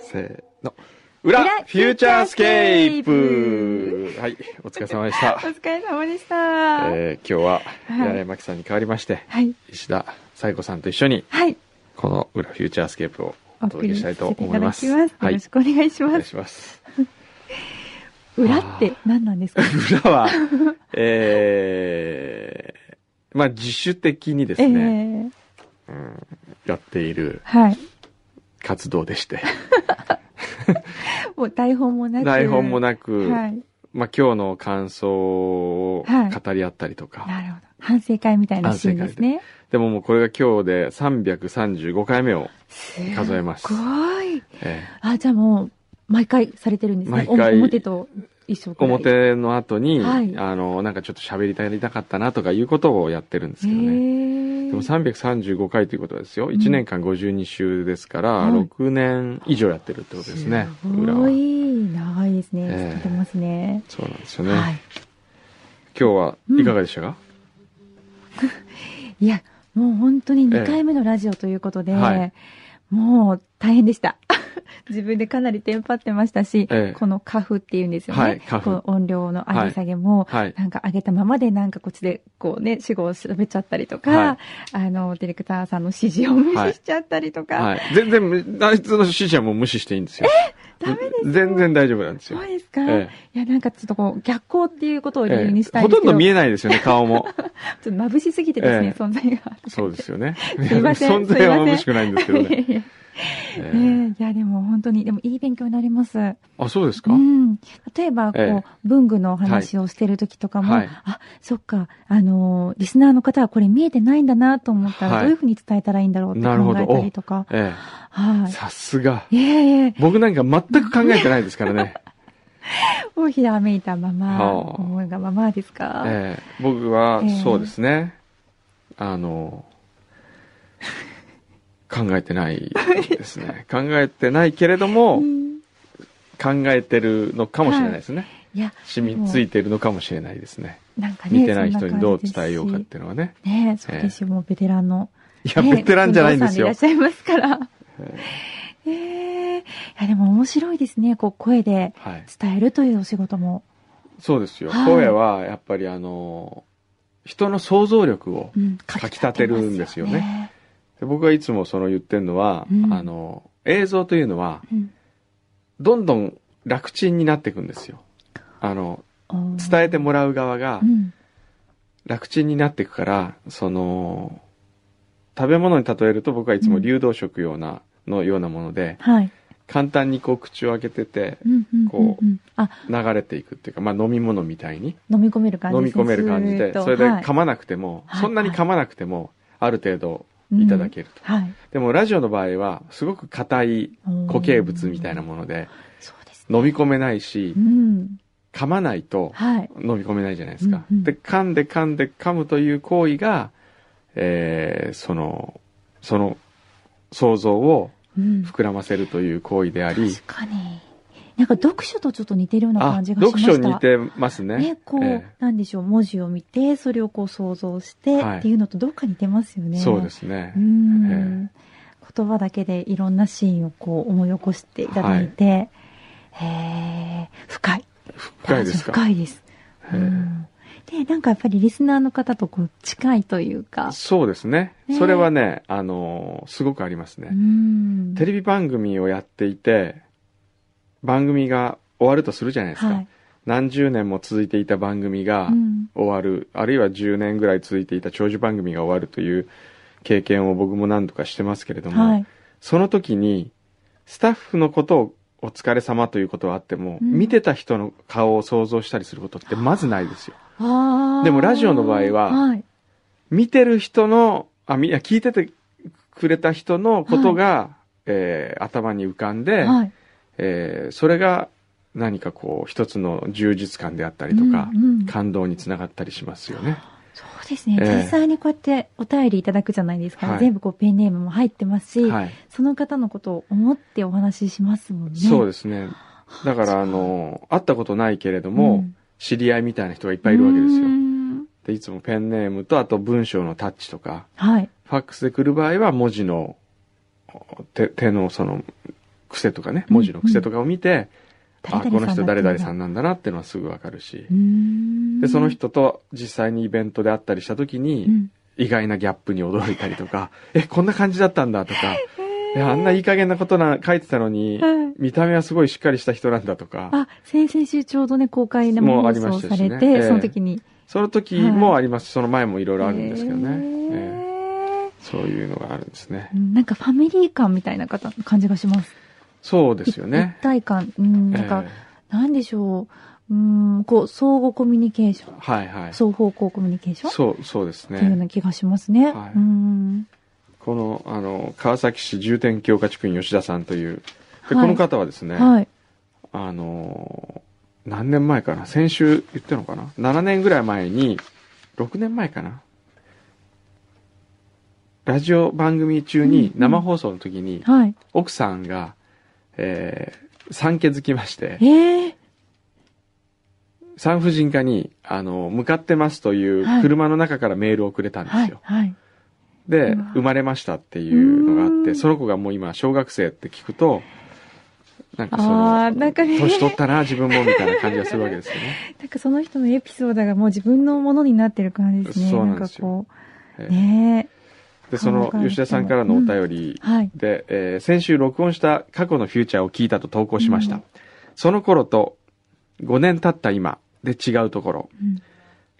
せーの。裏、裏フューチャースケープはい、お疲れ様でしお た。疲れ様でした。えー、今日は、はい八重真紀さんに代わりまして、はい。石田彩子さんと一緒に、はい。この裏フューチャースケープをおお届送けりしたいさせとて思いいただまきす。ます。はよいろし、くお願いしお願まいす。します。裏って何なんですか裏 は、えー、まあ自主的にですええね、うん、やっているはい。活動でして、もう台本もなく。台本もななく、はい。まあ、今日の感想をはい語り合ったりとか、なるほど。反省会みたいなシーンですね。でももうこれが今日で335回目を、す数えますごい。えあ、じゃあもう、毎回されてるんですね。毎回お表と一ー緒くらい。表の後に、はいあのなんかちょっと喋りたいなかったなとかいうことをやってるんですけどね、ねでも335回ということはですよん1年間52週ですから、はい6年以上やってるってことですねす裏ご、はい長いですね。ええ聞いてますね。そうなんですよね、は今い。日はいかがでしたか、いや、もう本当にええ2回目のラジオということで、はいもう大変でした。 自分でかなりテンパってましたし、ええこのカフっていうんですよね。はいカフこの音量の上げ下げも、はいなんか上げたままでなんかこっちでこうね、主語を調べちゃったりとか、はあの、ディレクターさんの指示を無視しちゃったりとか、はい、全然あいつの指示はもう無視していいんですよダメです全然大丈夫なんですよそうですか、えいや、なんかちょっとこう、逆光っていうことを理由えにしたえいほんでとすんけど、ど見ちえないですよね、顔も。 ょっと眩しすぎてですね、ええ存在が。そうですよね。すいませ ん存在は眩しくないんですけど いね。やいやいやええええいや、でも本当に、でもいい勉強になります。あ、そうですうかん。例えば、こう、ええ文具のお話をしてる時とかも、はいあ、そっか、あのー、リスナーの方はこれ見えてないんだなと思ったら、はいどういうふうに伝えたらいいんだろうってなるほ考どえたりとか。えはえ。い。さすが。いえいえ、僕なんか全く考えてないですから ね。もうひらめいたまま、はあ思いがままですか。ええ。僕はええ、そうですね。あの、考えてないです ね。考えてないけれどもう、ん考えてるのかもしれないですね。いや、染みついてるのかもしれないですね。なんかね、見てない人そんに感どうじですし伝えようかっていうのはね。ねそうですよ、もうベテランの。いや、ねベテランじゃないんですよ工。藤さいらっしゃいますから。ええええいや、でも面白いですね、こう、声ではい。伝えるというお仕事も。そうですよ。はい声はやっぱりあの、人の想像力を、うん、かきたてるんですよねかきたてますよね。で僕はいつもその言ってるのは、うんあの、映像というのは、うんどんどん楽ちんになっていくんですよ。あの、おー伝えてもらう側がうん楽ちんになっていくから、その、食べ物に例えると僕はいつもうん流動食ような、のようなもので、はい。簡単にこう口を開けてて、うんうんこうんうんあ、流れていくっていうか、まあ飲み物みたいに、飲み込める感じ飲み込める感じずーで、っとそれではい噛まなくても、はいそんなに噛まなくても、ある程度うんいただけると。はい。でもラジオの場合は、すごく硬い固形物みたいなの。もので、そうですね。飲み込めないしう、ん。噛まないとはい。飲み込めないじゃないですか。うんうんで、噛んで噛んで噛むという行為が、えーその、その想像をうん。膨らませるという行為であり確、かに。なんか読書とちょっと似てるようなあ、感じがしま読した。書に似てますね。ね、こう、えなんでしょう、文字を見て、それをこう想像して、はいっていうのとどっか似てますよえね。。そうですすねう。ん。言葉だけでいろんなシーンをこう思い起こしていただいて、へえ、深い。深いですか。深いです。ええうんで、なんかやっぱりリスナーの方とこう近いというか。そうですね。ねそれはね、あのーすごくありますね。うんテレビ番組をやっていて、番組が終わるとするじゃないですか。はい。何十年も続いていた番組がうん終わる、あるいは10年ぐらい続いていた長寿番組が終わるという経験を僕も何度かしてますけれども、はい。その時にスタッフのことをお疲れ様ということはあっても、うん見てた人の顔を想像したりすることってまずないですよ。あーでもラジオの場合ははい。見てる人の、あ、みいや聞いててくれた人のことが、えー頭に浮かんで、はい。えーそれが何かこう一つの充実感であったりとか、うんうん感動につながったりしますよね。そうですね、ええ実際にこうやってお便りいただくじゃないですか、はい全部こうペンネームも入ってますし、はい、その方のことを思ってお話ししますもんね。そうでですね。だからあの会ったことないけれどすも、知り合いみたいな人がいっぱいいるわけですよ。でいつもペンネームとあと文章のタッチとかはい。ファックスで来る場合は文字の手手のその癖とかねうん文字の癖とかを見て、誰々さんだっていうあこの人誰々さんのながんだなっていうのはすぐわかるしうー、んでその人と実際にイベントで会ったりした時に、うん意外なギャップに驚いたりとか えこんな感じだったんだとか、いやあんないい加減なことな書いてたのに、はい見た目はすごいしっかりした人なんだとかあ、先々週ちょうどね、公開生もうあ放りま送したさしねれええて、その時に。その時もありますし、その前もいろいろあるんですけどね、へえええそういうのがあるんですねうんなんかファミリー感みたいな方感じがします。そうですよね一体感。うん、 なんか、なんでしょう。うん、こう、相互コミュニケーシえョえン。はいはい双方向コミュニケーションそうそうですっていうようねな気がしますね。はいうん。このあの川崎市重点強化地区に吉田さんというで、はいこの方はですね、はい。あのー何年前かな先週言ったのかな ?7 年ぐらい前に、6年前かなラジオ番組中うんにうん生放送の時にはい。奥さんが、えー産気づきまして、ええ産婦人科に、あのー向かってますといはうい車の中からメールをくれたんですよ。はい。はい。でうわ、生まれましたっていうのがあっうーて、んその子がもう今小学生って聞くと、なんかそあの、ーなんかね年取ったな、自分もみたいな感じがするわけですよね。 なんかその人のエピソードがもう自分のものになってる感じですね。そうなんですなよんかえこえう。ねで、その考えても吉田さんからのお便りえ。はい。で、えー先週録音した過去のフューチャーを聞いたと投稿しました。うんその頃と5年経った今で違うところ、うん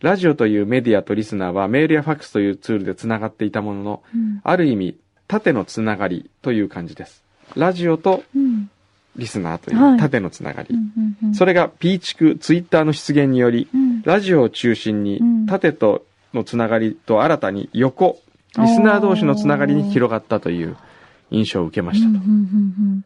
ラジオというメディアとリスナーはメールやファックスというツールでつながっていたものの、うんある意味縦のつながりという感じです。ラジオとうん。リスナーといはうい縦のつながり。うんうんうんそれが P 地区ツイッターの出現により、うんラジオを中心にうん縦とのつながりと新たに横、リスナー同士のつながりに広がったという印象を受けましたと。うんうんうんうん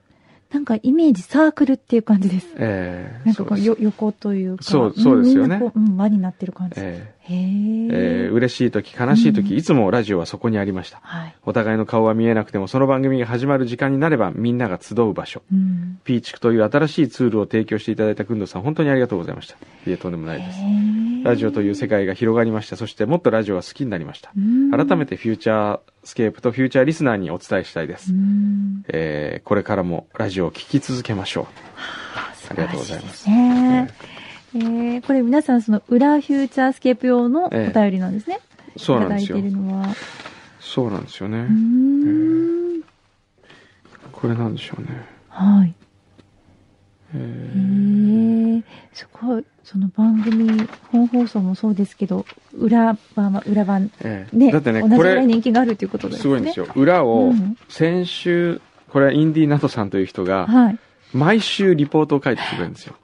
なんかイメージサークルっていう感じです。えーなんかそうこうですよ横というか。そうそうですよねみんなこううん、輪になってる感じ。へええーえー嬉しい時、悲しい時、うんいつもラジオはそこにありました。はい。お互いの顔は見えなくても、その番組が始まる時間になればみんなが集う場所。うん。ピーチクという新しいツールを提供していただいたくんどさん、本当にありがとうございました。いえ、とんでもないです。ラジオという世界が広がりました。そしてもっとラジオが好きになりました。改めてて。フューチャースケープとフューチャーリスナーにお伝えしたいです。うんえーこれからもラジオを聞き続けましょ素晴あらしりがとうございでますねえーこれ皆さんその裏フューチャースケープ用のおええ便りなんですね。う。そうなんですよいただい。てるのは。そうなんですよね。うーん。これなんでしょうね。はい。えへーえ、すごい。その番組、本放送もそうですけど、裏版は裏版。えーね、だってね、同じこぐらいれ、人気があるということですね。すごいんですよ。裏をうん、先週、これはインディーナトさんという人が、はい。毎週リポートを書いてくれるんですよ。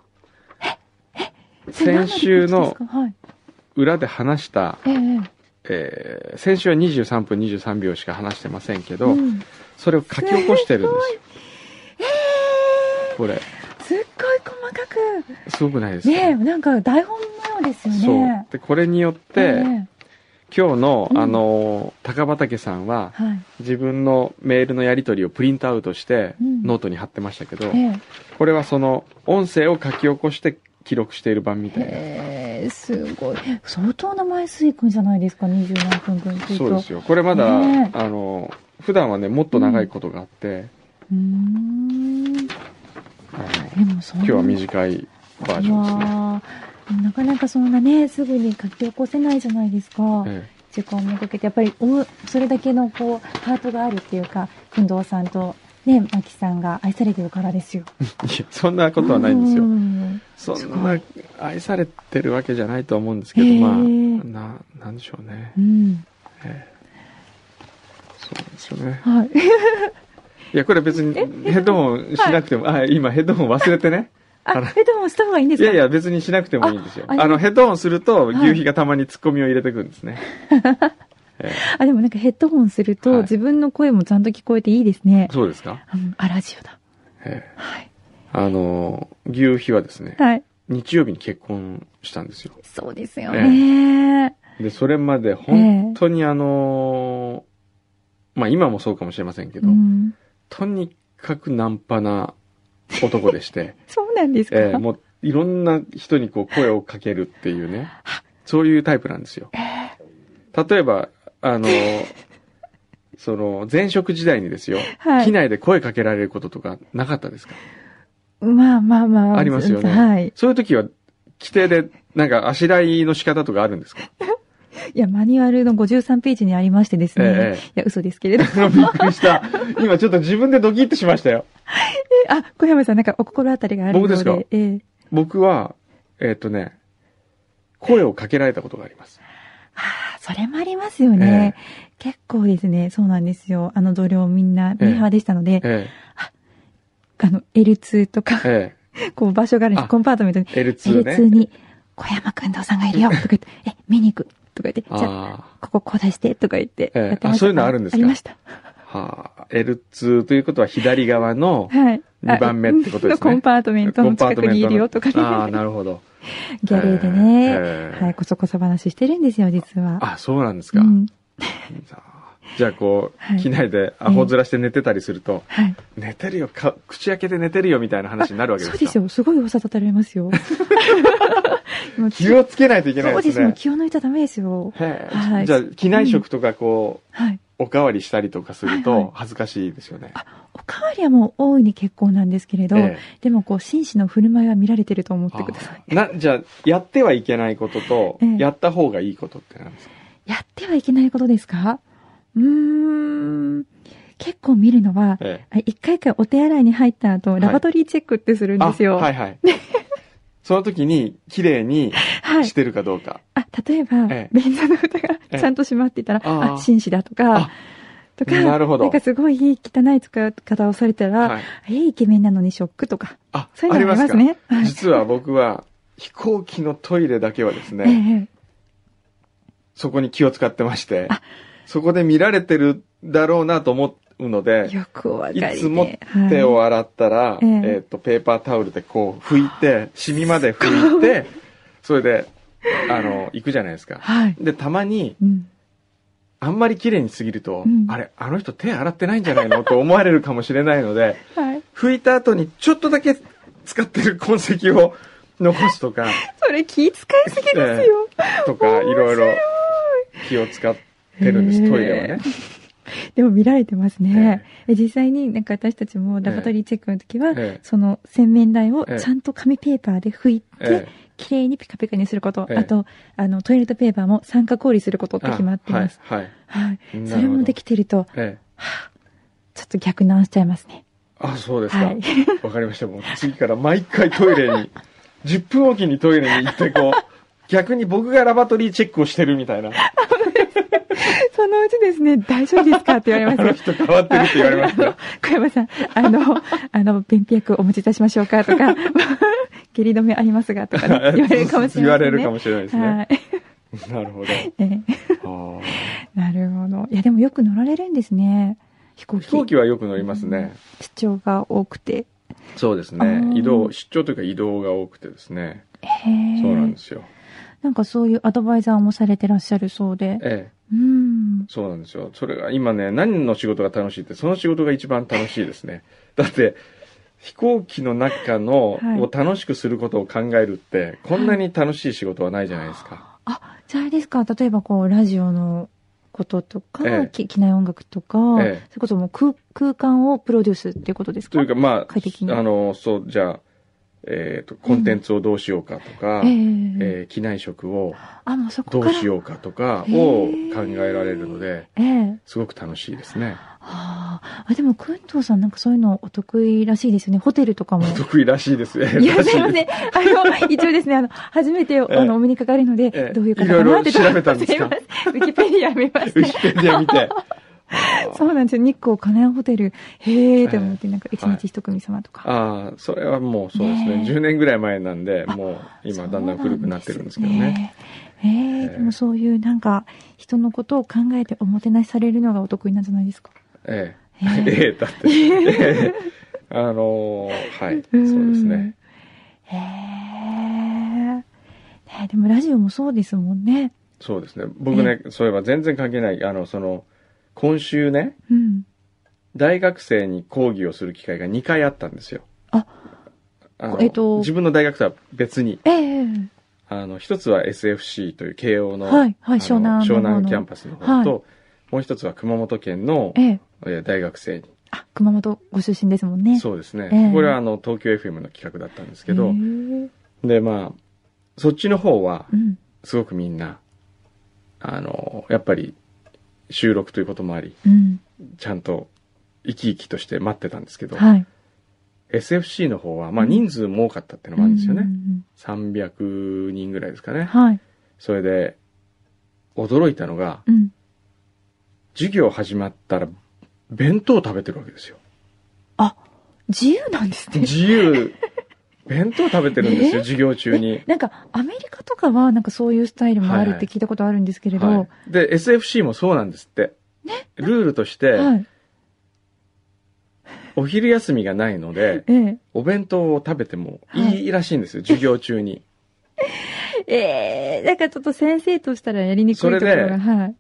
先週のそれ何ですか裏で話した、はい。ええええー先週は23分23秒しか話してませんけえど、うんそれを書き起こしてるんですよ。えこれ、えすっごい細かく。すごくないですかねえ、なんか台本のようですよそうね。。で、これによっえて、え今日の、うんあの、高畑さんは、はい。自分のメールのやり取りをプリントアウトして、うんノートに貼ってましたけど、ええこれはその、音声を書き起こして記録している版みたいな。へえすごい。相当な枚数いくんじゃないですか、二十何分分っていうと。そうですよ。これまだ、ねえあの、普段はね、もっと長いことがあって、うーん。であのもそん今な日は短いバージョンですね。わあなかなかそんなね、すぐに書き起こせないじゃないですか。え時間もかけて、やっぱりおそれだけのこう、ハートがあるっていうか、工藤さんと、ね、マキさんが愛されてるからですよ。えいやそんなことはないんですよ。そよ。すんごない愛されてるわけじゃないとは思うんですけど、まあ、へえな、なんでしょうねう。ん。そうなんですよね。 はい。いや、これ別にヘッドホンしなくても、あ、今ヘッドホン忘れてね。あらあ、え、でもした方がいいんでいすかやいや、別にしなくてもいいんですよ。あああれの、ヘッドホンすると、い牛皮がたまにツッコミを入れてくるんですね。えあ、でもなんかヘッドホンすると、はい自分の声もちゃんと聞こえていいですねえ。そうですか、うんあ、ラジオだ。ええはい。あの、牛皮はですね、はい。日曜日に結婚したんですよ。そうですよね。で、それまで本当にあの、まあ今もそうかもしれませんけうど、ん。とにかくナンパな男で して、そうなんですか。ええもういろんな人にこう声をかけるっていうね、そういうタイプなんですよ。ええ例えば、あの、 その、前職時代にですよ、はい機内で声かけられることとかなかったですかまあまあまあ。ありますよねはい。そういう時は、規定で、なんか、あしらいの仕方とかあるんですかいや、マニュアルの53ページにありましてですね。ええ いや、嘘ですけれど。 びっくりした。今ちょっと自分でドキッとしましたよ。あ、小山さん、なんかお心当たりがあるようで。僕ですかええ僕は、えっとね、声をかけられたことがあります。あそれもありますよね、結構ですね、そうなんですよ。あの同僚みんな、ミーハーでしたので、えあの、L2 とかえ、、えこう場所があるんですあコンパートメントに、え、L2 ね。 L2 に、小山くんどうさんがいるよ、とか言って、え、見に行く、とか言って、じゃあ、あこここう出して、とか言って、ええやってましあたそういうのあるんですかありました。あ、はあ、L2 ということは左側のはい。 2番目って ことですねのコンパートメントコのンパ近ートくメンにいトるよ、のとかああ、ね。なるほ ど。ギャレーでえね、えはい、こそこそ話してるんですよ、実は。あ、そうなんですうか。ん。さあじゃあこう、はい機内でアホ面して寝てたりすると、はい。寝てるよか、口開けて寝てるよみたいな話になるわけですそかうですよ。すごい噂立た れますよ。もう気をつけないといけないそうでですすねね。。気を抜いちゃダメですよ。へえはいじゃあ、機内食とかこはい。う、おかわりしたりとかするはいはとい恥ずかしいですよね。おかわりはもう大いに結構なんですけれど、ええでもこう、紳士の振る舞いは見られてると思ってください。あなじゃあ、やってはいけないことと、ええやった方がいいことってなんですかやってはいけないことですかうーん。結構見るのは、えあ一回一回お手洗いに入った後、いラバトリーチェックってするえんですよ。あは。はいい はい。その時に、綺麗にしてるかどうか。あ、例えば、ええ便座の蓋がええちゃんと閉まっていたら、あああ、紳士だとかあ、とか、なるほどんかすごい汚い使い方をされたら、はい。えイケメンなのにショックとか、あ、そういうあのありりまますすかね。はい実は僕は、飛行機のトイレだけはですね、ええそこに気を使ってましてあ、そこで見られてるだろうなと思うので、よくお分かりでいつも手はいを洗ったら、えええっ、と、ペーパータオルでこう拭いて、シミまで拭いて、それで、あの、行くじゃないですか。はい。で、たまに、うん。あんまり綺麗にすぎると、うんあれ、あの人手洗ってないんじゃないのと思われるかもしれないので、はい。拭いた後にちょっとだけ使ってる痕跡を残すとか、それ気使いすぎですよ。とか、いろいろ気を使ってるんです、トイレは ね。でも見られてますね。え実際になんか私たちもラバトリーチェックの時は、えその洗面台をええちゃんと紙ペーパーで拭いて、えええ綺麗にピカピカにすること、ええあと、あの、トイレットペーパーも酸化氷することって決まってます。あはい、はいはい。なるほどそれもできてると、ええちょっと逆難しちゃいます ね。あ、そうですか。わ、はい。 かりました。もう次から毎回トイレに、10分おきにトイレに行ってこう、逆に僕がラバトリーチェックをしてるみたいな、そのうちですね、大丈夫ですかって言わあれますの人 よ。変わってるって言われましたよ。小山さん、あの、あの、便秘薬お持ちいたしましょうかとか、 下痢止めありますがと かね、 言われるかもしれない、ね。言われるかもしれないですね。はい なるほええ。ど。あーなるほど。いや、でもよく乗られるんですね。飛行機。飛行機はよく乗りますね。出張が多くて。そうですあーね。移動、出張というか移動が多くてですね。へえ。そうなんですよ。なんかそういうアドバイザーもされてらっしゃるそうで。ええ、うん。そうなんですよ。それが今ね、何の仕事が楽しいって、その仕事が一番楽しいですね。 だって、飛行機の中の、はいを楽しくすることを考えるって、こんなに楽しい仕事はないじゃないですか。あ、じゃああれですか、例えばこう、ラジオのこととか、ええき機内音楽とか、ええそれこそもう空空間をプロデュースっていうことですかというか、まあ快適、にあの、そう、じゃあ、えっ、と、コンテンツをどうしようかとか、えええー機内食をあ、もうそこどから。うしようかとかへをー考えられるので、ええすごく楽しいですね。はあ、あでも、くんとうさんなんかそういうのお得意らしいですよね。ホテルとかも。お得意らしいですね。いや、らしすいいまですせん。あの、一応ですね、あの、初めて、あええの、お目にかかるので、ええどういう方かいろないろって調べたんですかいませんウィキペディア見ましウィキて。ペディア見 て。そうなんですよ。日光金谷ホテル。へえーって思って、なんか一はい日一組様とか。ああ、それはもうそうですね。ねえ10年ぐらい前なんで、あもう今そうだんだん古くなってるんですけどなね。すね。ええええでもそういうなんか、人のことを考えておもてなしされるのがお得意なんじゃないですか。え え ええ。ええ、だって。 ええあのーはい、 そうですね。うん。へえ。ねでもラジオもそうですもんね。そうですね。僕ね、そういえば全然関係ない、あの、その、今週ね、うん。大学生に講義をする機会が2回あったんですよ。ああのえっと自分の大学とは別に、ええああの、一つは SFC という慶応の、はいあはいの湘南の湘方の南キャンパスの方と、もう一つは熊本県の、ええ。えー大学生に、あ、熊本ご出身ですもんね。うそうですね、ええこれはあの東京 FM の企画だったんですけうど、ん。でまあそっちの方はすごくみんなあのやっぱり収録ということもありうん。ちゃんと生き生きとして待ってたんですけど、はい。 SFC の方はまあ人数も多かったっていうのもあるんですよね、ううん300人ぐらいですかうんねはい。それで驚いたのがうん。授業始まったら弁当食べてるわけですよ自由なんですね。自 由弁当食べてるんですよえ授業中にえなんか、アメリカとかは、なんかそういうスタイルもあるはいっはいて聞いたことあるんですけれど、は、はいで SFC もそうなんですって、ルールとして、い。お昼休みがないのでええ。お弁当を食べてもいいらしいんですよ、授業中にええなんかちょっと先生としたらやりにくいところそれでが、はい。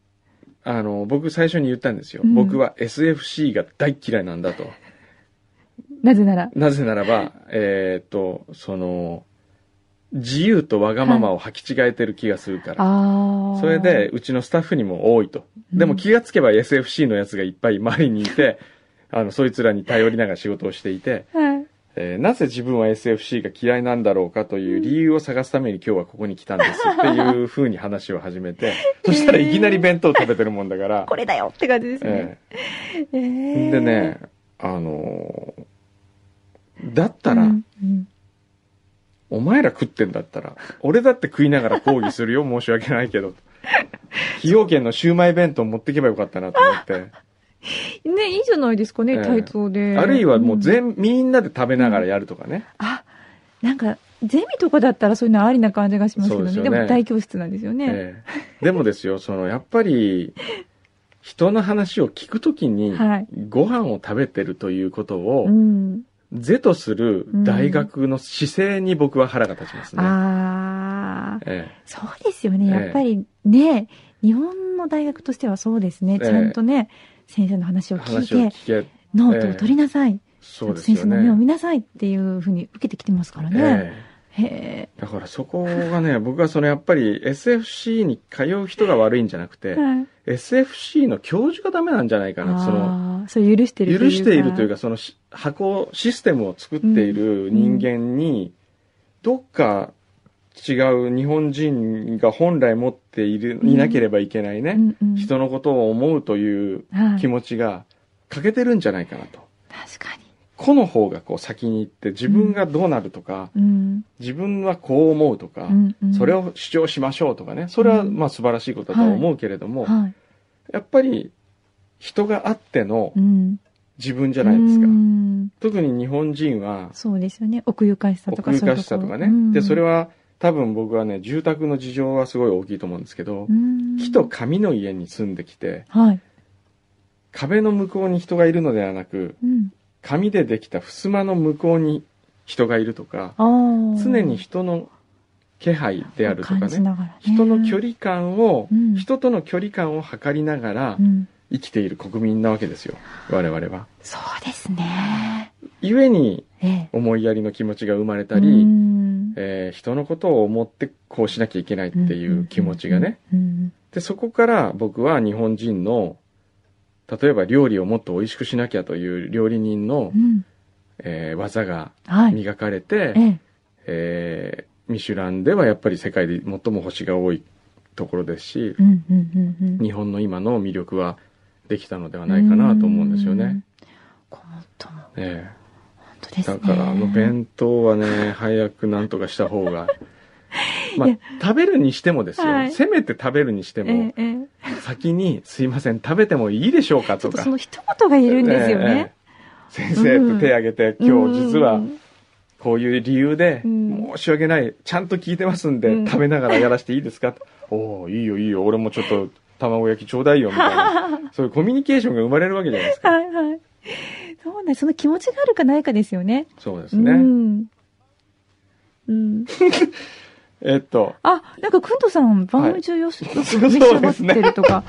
あの僕最初に言ったんですよ、うん僕は SFC が大嫌いなんだとなぜなら。なぜならばえーっとその自由とわがままを履き違えてる気がするから、ああ。それで、うちのスタッフにも多いとでもうん気がつけば SFC のやつがいっぱい周りにいてあのそいつらに頼りながら仕事をしていてはい。えーなぜ自分は SFC が嫌いなんだろうかという理由を探すために今日はここに来たんですっていうふうに話を始めて、そしたらいきなり弁当食べてるもんだから、これだよって感じですね。ええええで、ね、あのーだったら、うんうんお前ら食ってんだったら、俺だって食いながら抗議するよ、申し訳ないけど。崎陽軒のシウマイ弁当持ってけばよかったなと思って、ね、いいじゃないですかね、ええ対等で。あるいはもううん全、みんなで食べながらやるとかね。あ、なんか、ゼミとかだったらそういうのありな感じがしますけどね。そでうですよねも大教室なんですよね。ええ、でもですよそのやっぱり人の話を聞くときに、はいご飯を食べてるということうをん。是とする大学の姿勢に僕は腹が立ちますね。ああ、ええそうですよね。ええやっぱりね、日本の大学としてはそうですね。ええちゃんとね、先生の話を聞話をいて、聞けノートを取りなさい。ちゃそうんでとす先よ生の目をね。見なさいっていうふうに受けてきてますからね。ええへえ。だからそこが ね僕はそのやっぱり SFC に通う人が悪いんじゃなくてはい SFC の教授がダメなんじゃないかなそのああ、そう許してる許しているというか。かそのし箱システムを作っている人間に、どっか違う日本人が本来持っている、うんいなければいけないね、うんうん人のことを思うというはい気持ちが欠けてるんじゃないかなと。確かに。この方がこう先に行って自分がどうなるとか、うん。自分はこう思うとか、うんうんそれを主張しましょうとかねそれはうんまあ素晴らしいことだとは思うけれども、はい。やっぱり人があってのうん。自分じゃないですか。うん特に日本人はそうですよね。奥ゆかしさ奥とかゆそういうかとこしさとかね、うんでそれは多分僕はね住宅の事情はすごい大きいと思うんですけど、うん木と紙の家に住んできてはい。壁の向こうに人がいるのではなくうん。紙でできた襖の向こうに人がいるとかああ。常に人の気配であるとか感じねながらね。人の距離感を、うん人との距離感を測りながらうん。生きている国民なわけですよ我々は。そうですね。故にええ。思いやりの気持ちが生まれたり、り、えー人のことを思ってこうしなきゃいけないっていう気持ちがね。うん。で、そこから僕は日本人の、例えば料理をもっと美味しくしなきゃという料理人のう、ん。えー技がはい。磨かれえて、え。えーミシュランではやっぱり世界で最も星が多いところですしう、んうんうんうん。日本の今の魅力はできたのではないかなと思うんですよね。うん。こもっとも。え本当でえすね。だからあの弁当はね、早くなんとかした方 が。まあいや、食べるにしてもですよ、はいせめて食べるにしても、ええええ。先に「すいません食べてもいいでしょうか」ちょとっとかその一言がいるんですよえね。え先生って手挙げて、今日実うはんこういう理由で、うん申し訳ないちゃんと聞いてますんで、うん食べながらやらせていいですかと「おおいいよいいよ俺もちょっと卵焼きちょうだいよ」みたいなそういうコミュニケーションが生まれるわけじゃないですかはいはい。そうなんその気持ちがあるかないかですよね。そうですね、うん。うん。えっとあ、なんか、くんとさん、番組中よし、よく召しそう上がでっすねてるとか。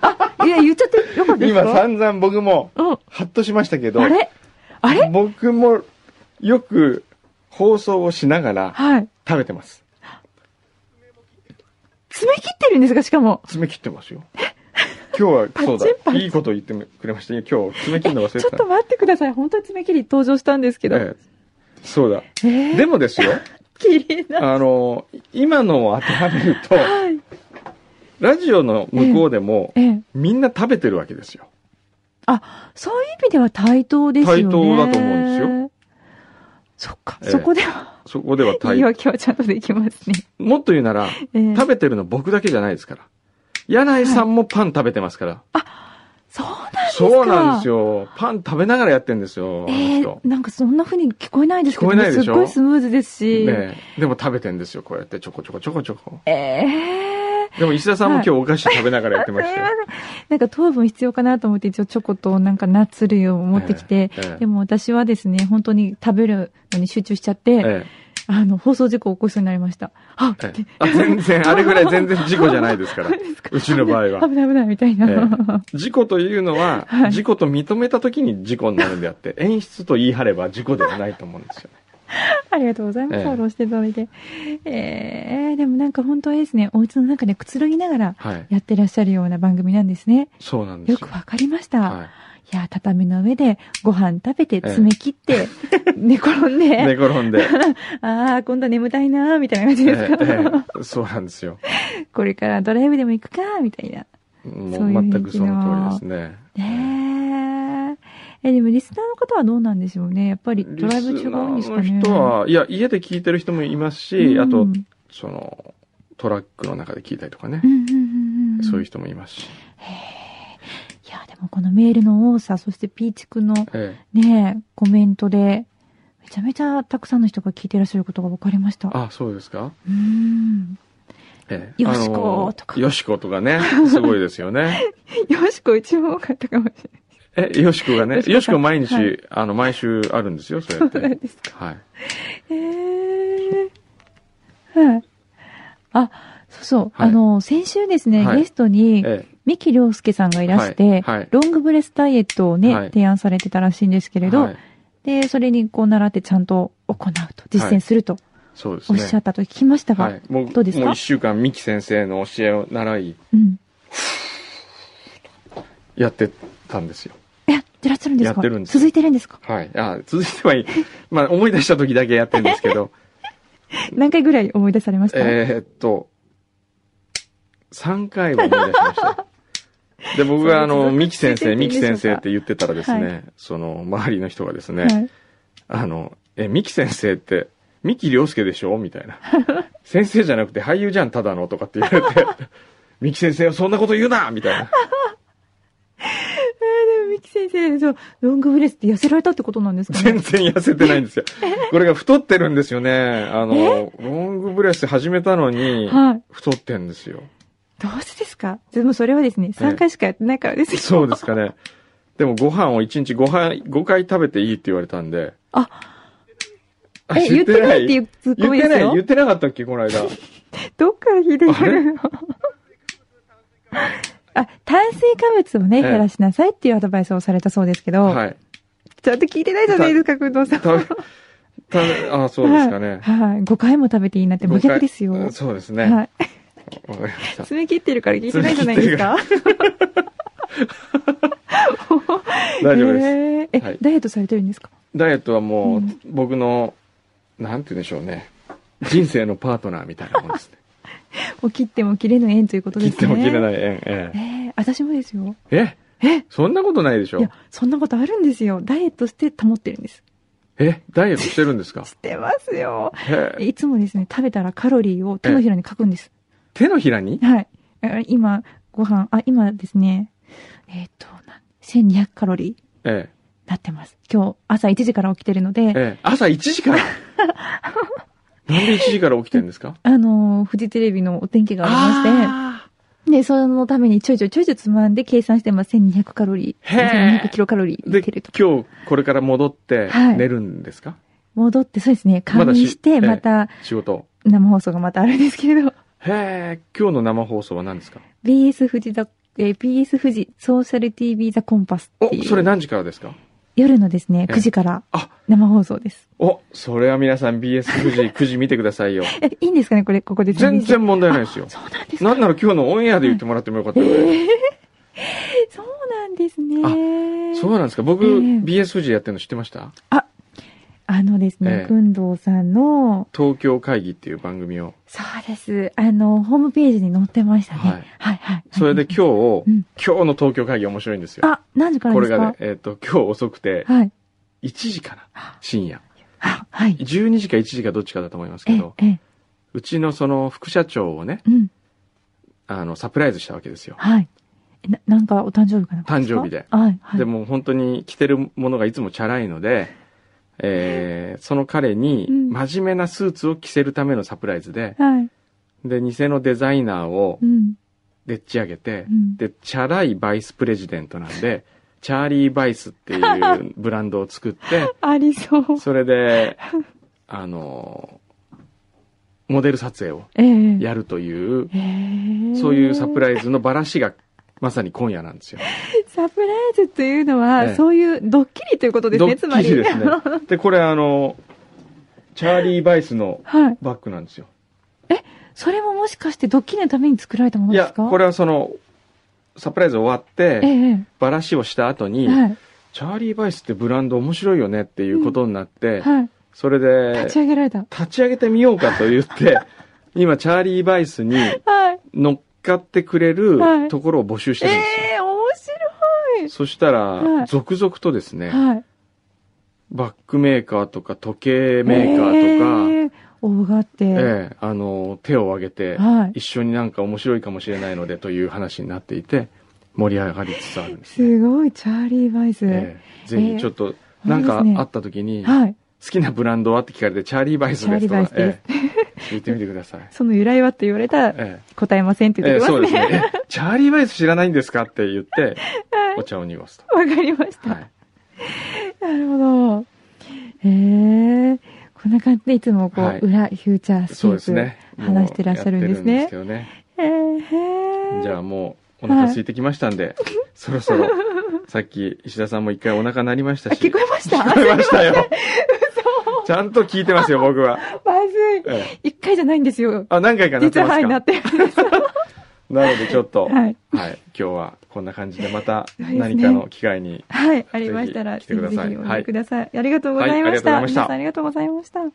あ、いや、言っちゃってよかったですか今散々僕もうん。ハッとしましたけどあれあれ僕もよく放送をしながらはい。食べてます爪切ってるんですかしかも。爪切ってますよ。今日は、そう パチンパだ。チンいいこと言ってくれましたね。今日、爪切るの忘れちて。ょったと待ってください。本当に爪切り登場したんですけど。えええそうだ。ー、でもですよ、切りな。あの、今のを当てはめると、はい。ラジオの向こうでも、ええ。みんな食べてるわけですよ。そういう意味では対等ですよね。対等だと思うんですよ。そっか、ええそこでは、そこでは言大い訳はちゃんとできますね。もっと言うなら、ええ食べてるの僕だけじゃないですから。柳井さんもパン食べてますから。そうなんですかそうなんですよ。パン食べながらやってんですよ、あのえ人ー。なんかそんな風に聞こえないですけど、聞こえないでしょすっごいスムーズですし。ねえでも食べてんですよ、こうやってちょこちょこちょこちょこ。ええでも石田さんも今日お菓子食べながらやってすいまませしんたよ。。なんか糖分必要かなと思って、一応チョコとなんかナッツ類を持ってきて、ええええでも私はですね、本当に食べるのに集中しちゃって、えあの、放送事故を起こしそうになりました。あえええあ全然、あれぐらい全然事故じゃないです から。うちの場合は危ない危ないみたいな。え事故というのは、はい事故と認めた時に事故になるんであって、演出と言い張れば事故ではないと思うんですよ ね。 ありがとうございまええす。フォローしていただいて。えー、でもなんか本当はですね、お家の中でくつろぎながらはい。やってらっしゃるような番組なんですね。そうなんですよよ。くわかりました。、はいや、畳の上でご飯食べて、爪切 って、寝転 んで、い。寝転んで。ああ、今度は眠たいなー、みたいな感じですか。ええええそうなんですよ。 これからドライブでも行くかー、みたいな。もそうういう雰囲気の全くその通りですね。ねえ。え、でもリスナーの方はどうなんでしょうね。やっぱりドライブ中が多いんですかね。リスナーの人は、いや、家で聞いてる人もいますし、うんあと、その、トラックの中で聞いたりとかねう、んうんうんうん、そういう人もいますし。いや、でもこのメールの多さ、そしてピーチくんのええねえ、コメントで、めちゃめちゃたくさんの人が聞いてらっしゃることが分かりました。うあ、そうですかーん。えよしこととかよしことがね、すごいです よね。 よしこ一番多かったかもしえ、よしこがねよしこ、さんよしこ毎日、はいあの、毎週あるんですよ、そうやっれないて。ですか。はい。へえはい。あ、そうそう。はいあの、先週ですね、はいゲストに、え三木亮介さんがいらして、はいはいロングブレスダイエットをね、はい提案されてたらしいんですけえれど、はいで、それにこう習ってちゃんと行うと、実践するとそうですおっね。しゃったと聞きましたが、はい。もう、どうですかもう一週間、ミキ先生の教えを習い、うん。やってたんですよ。えやってらっしゃるんですかやってるんです続いてるんですかはい。あ、続いてはいい。まあ、思い出した時だけやってるんですけど、何回ぐらい思い出されました、えーっと、3回は思い出しました。で、僕があその、れミキ先生、続けていミいんキでしょう先か生って言ってたらですね、はその、周りの人がですね、はい、あの、え、ミキ先生って、ミキ良介でしょみたいな。先生じゃなくて俳優じゃん、ただの、とかって言わ れて、ミキ先生はそんなこと言うなみたいな。でも、ミキ先生、そう、ロングブレスって痩せられたってことなんですか全ね。然痩せてないんです よ。これが太ってるんですよね。あの、ロングブレス始めたのに、はい。太ってんですよ。どうしてですかでもそれはですね、3回しかやってないからですよ。そうですかね。でもご飯を1日 5, 杯5回食べていいって言われたんで。ああ、え、言ってないっていううツッ言コっミでてすない、よ言っ。てなかったっけ、この間。どっから聞いてくるの あ、炭水化物をね、ええ減らしなさいっていうアドバイスをされたそうですけど、はい。ちゃんと聞いてないじゃないですか、工藤さん。食べ、食べ、あ、そうですかね。はい。5回も食べていいなって真逆ですよ。誤解そうですね。わはかい。りました。詰め切ってるから聞いてないじゃないですか。大丈夫です。ええはいえ、ダイエットされてるんですかダイエットはもう、うん僕の、なんて言うんでしょうね。人生のパートナーみたいなもんで すね。もう切っても切れぬ縁ということ切でっすね。ても切れない縁。えええ私もですよ。え。えそんなことないでしいょや、そんなことあるんですよ。ダイエットして保ってるんです。えダイエットしてるんですかしてますよ。へえいつもですね、食べたらカロリーを手のひらに書くんです。手のひらにはい。え今、ご飯、あ、今ですね、えっ、と、な1200カロリーええ。なってます。今日、朝1時から起きてるので、ええ、朝1時 からなんで1時から起きてるんですかあのー、フジテレビのお天気がありまあして、で、そのためにちょいちょいちょいちょいつまんで計算して、まあ、1200カロリへーー、1200キロカローリーいってると。で、今日これから戻ってはい寝るんですか、戻って、そうですね、ま仮だし眠して、ええまた仕事。生放送がまたあるんですけれど、 へえ、今日の生放送は何ですか BS 富士だ、えー、BS 富士ソーシャル TV ザコンパスっおてい、う。それ何時からですかえ夜のですね、ええ9時からあ生放送です。おそれは皆さん BS 富 士、9時見てくださいよ。え、いいんですかねこれ、ここで宣全伝して然問題ないですよ。そうなんですかなんなら今日のオンエアで言ってもらってもよかったぐらい。ええそうなんですね。そうなんですか僕、ええ BS 富士やってるの知ってましたあのですええね、くんどうさんの、東京会議っていう番組を。そうです。あの、ホームページに載ってましたね。ははいい、はい、はい。それで今日、うん今日の東京会議面白いんですよ。あ、何時からこでれすかがね、えっ、と、今日遅くて、はい。 1時かな深夜。あ、はい。 12時か1時かどっちかだと思いますえけえど、、ええ、うちのその副社長をね、うん、あの、サプライズしたわけですよ。はい。えななんか、お誕生日かなんかすか誕生日ではい、はい。でも本当に着てるものがいつもチャラいので、えーその彼にうん真面目なスーツを着せるためのサプライズで、はい。で、偽のデザイナーをうん、でっち上げてう、ん。で、チャラいバイスプレジデントなんで、チャーリー・バイスっていうブランドを作って、ありそう。それで、あの、モデル撮影をええやるという、へえそういうサプライライズのバラしがまさに今夜なんですよ。ズ。サプライズというのは、ええそういうドッキリということですね、つまり。ド ッキリですね。で、これあの、チャーリー・バイスのはい。バッグなんですよ。それももしかしてドッキリのために作られたものいでや、すかこれはその、サプライズ終わっえて、え、バラしをした後えにえ、はい。チャーリー・バイスってブランド面白いよねっていうことになって、はい。それで立ち上げられた。立ち上げてみようかと言って、 今、チャーリー・バイスにはい。乗っかってくれはるいところを募集してえるんですよ。え面そしたはら、い続々とですね、白い。はい。バッグメーカーとか時計メーカーとか、ーとか。大がって。ええあの、手を挙げて、はい。一緒になんか面白いかもしれないのでという話になっていて、盛り上がりつつあるんですね。すごい、チャーリー・バイス。ええぜひちょっと、なんかあった時に、好はい。きなブランドはって聞かれて、チャーリー・バイスですとか、チャーリーバイスええ言ってみてくださ い。その由来はって言われたえら、え答えませんって言ええってきまそうすですね。ね。えチャーリー・バイス知らないんですかって言って、お茶を濁す わ、かりましと。た。はい。 なるほど。へえこんな感じでいつもこう、はい裏フューチャースケそうですーね。プ話してらっしゃるんですもうやねって。るんですけへどえねじゃあもうお腹空いてきましたんで、そろそろ、さっき石田さんも一回お腹鳴りましたあし。聞こえました聞こえましたよ。ちゃんと聞いてますよ、僕は。まずい。ええ一回じゃないんですよ。あ、何回かなって実まは、はすい、か。ななってるんです。のでちょっと、ははいい、今日はこんな感じでまたそうですね何かの機会に。はい、ありましたら、ぜひ来てくださいぜひお寄せください。ありがとうございました。はいありがとうございました皆さんありがとうございました。